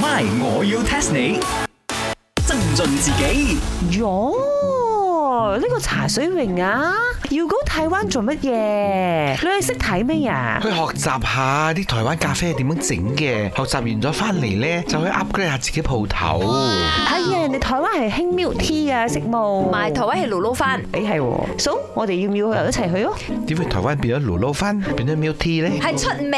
My，我要 test 你。增進自己喲，呢個茶水榮啊，要講台灣做乜嘢？你係識睇咩啊？去學習下啲台灣咖啡係點樣整嘅，學習完咗翻嚟呢，就去 upgrade 下自己鋪頭。哎呀，人哋台灣係興 milk tea 啊，識冇？埋台灣係嚕嚕飯，誒係喎，嫂，我哋要唔要一齊去哦？點解台灣變咗 Lulu 翻，變咗 Milk Tea 呢？係出名，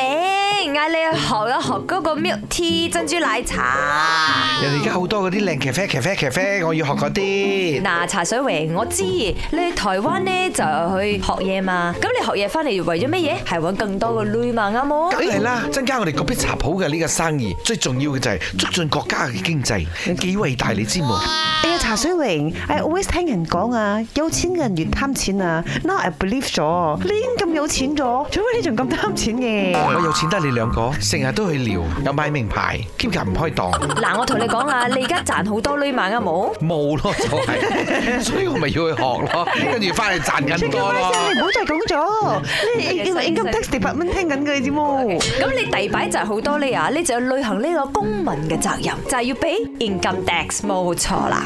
嗌你去學一學嗰個 milk tea 珍珠奶茶。人哋而家好多嗰啲靚咖啡、咖啡、咖啡，我要學嗰啲。嗱，茶水榮，我知你去台灣呢就去學嘢嘛，咁你學嘢翻嚟為咗乜嘢？係揾更多嘅女嘛，啱冇？梗係啦，增加我哋嗰邊茶鋪嘅呢個生意，最重要嘅就係促進國家嘅經濟，幾偉大你知冇？哎呀，茶水榮，I always 聽人講啊，有錢嘅人越貪錢啊。Now I believe 咗，你已經咁有錢咗，做乜你仲咁貪錢嘅？我有錢得你兩個，成日都去撩，又買名牌，兼夾唔開檔，嗱，我同你講啦，你而家賺好多女嘛，啱冇？冇咯就係， 所以我咪要去學咯，跟住翻去賺更多咪咯。你唔好再講咗，你你你 income tax 八蚊聽緊嘅，你知冇？咁你第擺就係好多呢啊，你就要履行呢個公民嘅責任，就係要俾 income tax，冇錯啦。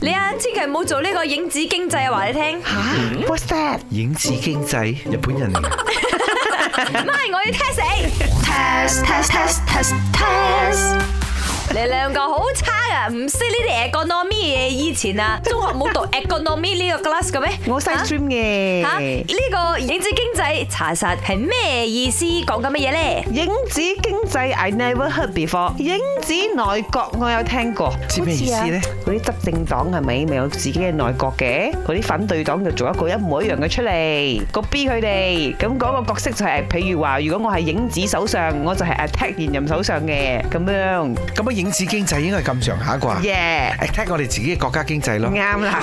你啊，千祈唔好做呢個影子經濟啊，話你聽。嚇，what's 아, that？影子經濟，日本人嚟。唔係，我要 test 你。test test test test test。你兩個好差啊，唔識呢啲 economy 嘢。以前啊，中學 冇讀 economy 呢個 class 嘅咩？我細 뭐 stream 嘅。嚇呢個影子經濟查實係咩意思？講緊乜嘢咧？影子經濟 I never heard before，影子內閣我有聽過，知咩意思呢好似啊嗰啲執政黨係咪咪有自己嘅內閣嘅？嗰啲反對黨就做一個一模一樣嘅出嚟，個 B 佢哋咁嗰個角色就係、譬如話，如果我係影子首相，我就係 attack 現任首相嘅咁樣，咁啊，影子經濟應該係咁上下啩耶、 ？attack 我哋自己嘅國家經濟咯，啱啦，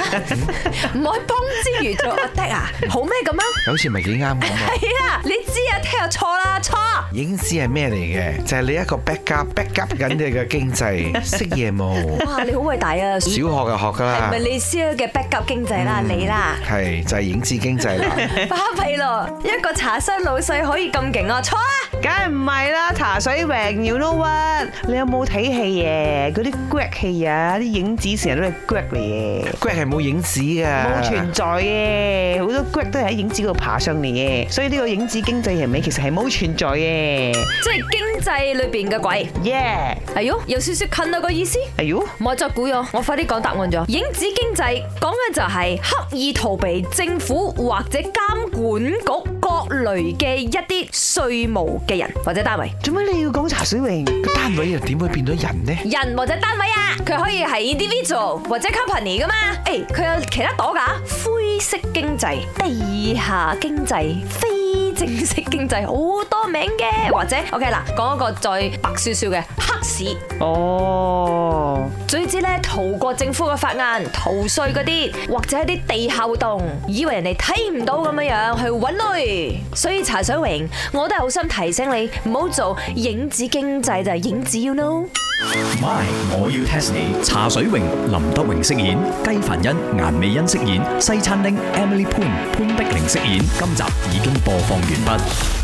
唔可以幫之餘做 attack 啊？好咩咁樣？好似唔係幾啱 咁啊！係啊，你知 attack 就錯啦，錯。影子係咩嚟嘅？就係你一個 back up，back up 緊你嘅 經濟，識嘢冇？哇，你好偉大啊！小學係就學㗎啦咪，你先嘅 back up 經濟啦，你啦，係就係影子經濟 啦。巴閉咯！一個茶室老細可以咁勁啊，錯啦！梗係唔係啦？茶水榮，you know what？你有冇睇戲嘅？嗰啲 grad 戲啊，啲影子成日都係 grad 嚟嘅。骨係冇影子㗎，冇存在嘅，好多 Greg 都係喺影子嗰度爬上嚟嘅，所以呢個影子經濟係咪其實係冇存在嘅即係經濟裏邊嘅鬼，耶！哎喲，有少少近啊個意思。哎呦，唔好再估咗，我快啲講答案咗。影子經濟講嘅就係刻意逃避政府或者監管局各類嘅一啲稅務嘅人或者單位。做乜你要講茶水榮？個單位又點會變咗人呢？人或者單位啊，佢可以係 individual 或者 company 噶嘛。誒、佢有其他朵噶，灰色經濟、地下經濟、非正式經濟，好多名嘅。或者 OK 嗱，講一個再白少少嘅黑市。哦，總之咧，逃過政府嘅法眼、逃税嗰啲，或者一啲地下活動，以為人哋睇唔到咁樣樣去揾女。所以茶水榮，我都係好心提醒你，唔好做影子經濟就係影子 you know。 ，My，我要 test 你。茶水榮、林德榮飾演，雞凡欣、顏美欣飾演，西餐廳 Emily Poon 潘碧玲飾演。今集已經播放完畢。